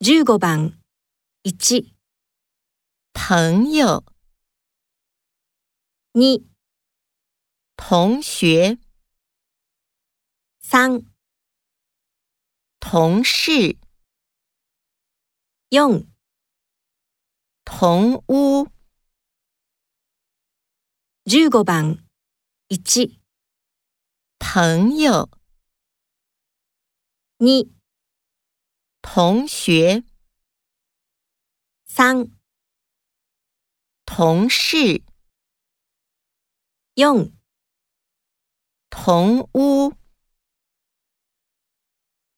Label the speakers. Speaker 1: 15番1、
Speaker 2: 朋友、
Speaker 1: 2、
Speaker 2: 同学、
Speaker 1: 3、
Speaker 2: 同事、
Speaker 1: 4、
Speaker 2: 同屋、
Speaker 1: 15番1、
Speaker 2: 朋友、
Speaker 1: 2、
Speaker 2: 同学、
Speaker 1: 3、
Speaker 2: 同事、
Speaker 1: 4
Speaker 2: 同屋。